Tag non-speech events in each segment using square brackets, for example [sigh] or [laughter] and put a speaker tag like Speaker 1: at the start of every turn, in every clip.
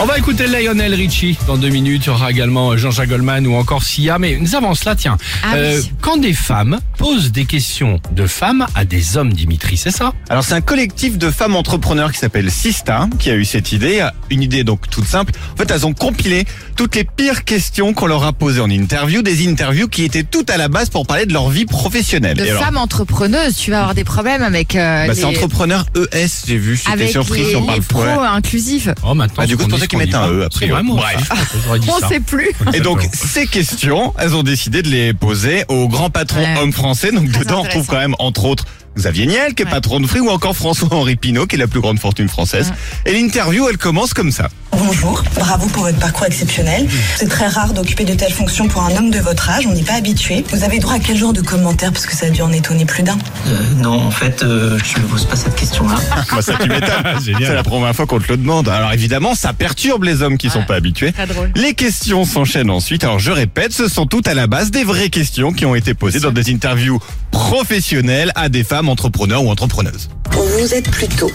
Speaker 1: On va écouter Lionel Richie dans deux minutes. Il y aura également Jean-Jacques Goldman ou encore Sia. Mais nous avons cela, tiens. Euh,
Speaker 2: Ah oui.
Speaker 1: Quand des femmes posent des questions de femmes à des hommes, Dimitri, c'est ça
Speaker 3: Alors c'est un collectif de femmes entrepreneurs qui s'appelle Sista qui a eu cette idée, une idée donc toute simple. En fait, elles ont compilé toutes les pires questions qu'on leur a posées en interview, des interviews qui étaient toutes à la base pour parler de leur vie professionnelle.
Speaker 2: De
Speaker 3: Et alors,
Speaker 2: femme entrepreneuse, tu vas avoir des problèmes avec euh,
Speaker 3: bah,
Speaker 2: les,
Speaker 3: c'est entrepreneur ES, j'ai vu, j'étais
Speaker 2: avec
Speaker 3: surpris
Speaker 2: les,
Speaker 3: si on parle
Speaker 2: les pros
Speaker 3: ouais.
Speaker 2: inclusifs.
Speaker 1: Oh, maintenant.
Speaker 3: Ah, du coup,
Speaker 1: qu'on
Speaker 3: c'est pour
Speaker 1: dit
Speaker 3: ça
Speaker 1: ce
Speaker 3: qu'ils
Speaker 1: qu'on
Speaker 3: mettent
Speaker 1: dit
Speaker 3: un
Speaker 1: pas.
Speaker 3: E, après.
Speaker 1: C'est vraiment
Speaker 3: Bref.
Speaker 1: ça. J'aurais dit
Speaker 2: [laughs] On
Speaker 1: ça.
Speaker 2: sait
Speaker 3: [laughs]
Speaker 2: plus.
Speaker 3: Et donc ces questions, elles ont décidé de les poser au grand patron
Speaker 2: Ouais.
Speaker 3: homme français. Donc
Speaker 2: Très
Speaker 3: dedans, on retrouve
Speaker 2: intéressant.
Speaker 3: quand même entre autres Xavier Niel, qui est
Speaker 2: Ouais.
Speaker 3: patron de Free, ou encore François-Henri Pinault, qui est la plus grande fortune française. Et l'interview, elle commence comme ça.
Speaker 4: Bonjour, bravo pour votre parcours exceptionnel. C'est très rare d'occuper de telles fonctions pour un homme de votre âge, on n'est pas habitué. Vous avez droit à quel genre de commentaires parce que ça a dû en étonner plus d'un
Speaker 5: Euh, non, en fait, euh, je me pose pas cette question-là.
Speaker 3: Moi, ça, tu m'étonnes. C'est la première fois qu'on te le demande. Alors évidemment, ça perturbe les hommes qui sont pas habitués.
Speaker 2: Très drôle.
Speaker 3: Les questions s'enchaînent ensuite. Alors je répète, ce sont toutes à la base des vraies questions qui ont été posées dans des interviews professionnelles à des femmes entrepreneurs ou entrepreneuses.
Speaker 4: Vous êtes plutôt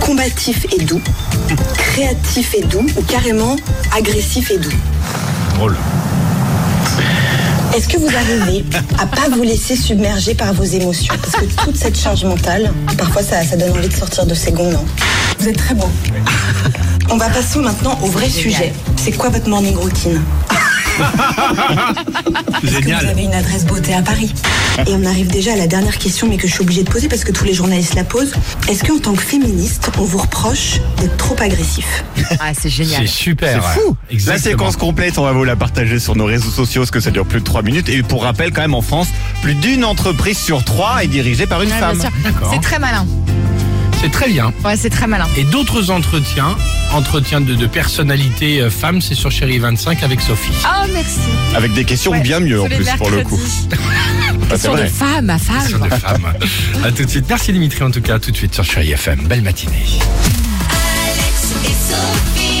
Speaker 4: combatif et doux, créatif et doux, ou carrément agressif et doux
Speaker 3: Drôle.
Speaker 4: Est-ce que vous arrivez à pas vous laisser submerger par vos émotions Parce que toute cette charge mentale, parfois ça, ça donne envie de sortir de ses gonds, non Vous êtes très beau. On va passer maintenant au vrai sujet. C'est quoi votre morning routine Est-ce que vous avez une adresse beauté à Paris Et on arrive déjà à la dernière question, mais que je suis obligée de poser parce que tous les journalistes la posent. Est-ce qu'en tant que féministe, on vous reproche d'être trop agressif
Speaker 2: Ah, c'est génial.
Speaker 1: C'est super.
Speaker 3: C'est fou
Speaker 1: ouais. Exactement.
Speaker 3: La séquence complète, on va vous la partager sur nos réseaux sociaux, parce que ça dure plus de 3 minutes. Et pour rappel, quand même, en France, plus d'une entreprise sur 3 est dirigée par une
Speaker 2: Ouais, bien
Speaker 3: femme.
Speaker 2: sûr.
Speaker 1: D'accord.
Speaker 2: C'est très malin.
Speaker 1: C'est très bien.
Speaker 2: Ouais, c'est très malin.
Speaker 1: Et d'autres entretiens, entretiens de, de personnalités euh, femmes, c'est sur Chérie 25 avec Sophie.
Speaker 2: Oh, merci.
Speaker 3: Avec des questions
Speaker 2: Ouais,
Speaker 3: bien mieux, en
Speaker 2: c'est les
Speaker 3: plus, pour le coup.
Speaker 2: mercredis.
Speaker 3: Ah, c'est
Speaker 2: Question de
Speaker 3: vrai.
Speaker 2: femme à
Speaker 1: Sur
Speaker 2: femme.
Speaker 1: des
Speaker 2: [laughs]
Speaker 1: femmes. À tout de suite. Merci Dimitri en tout cas. À tout de suite sur Chérie FM. Belle matinée.
Speaker 6: Alex et Sophie.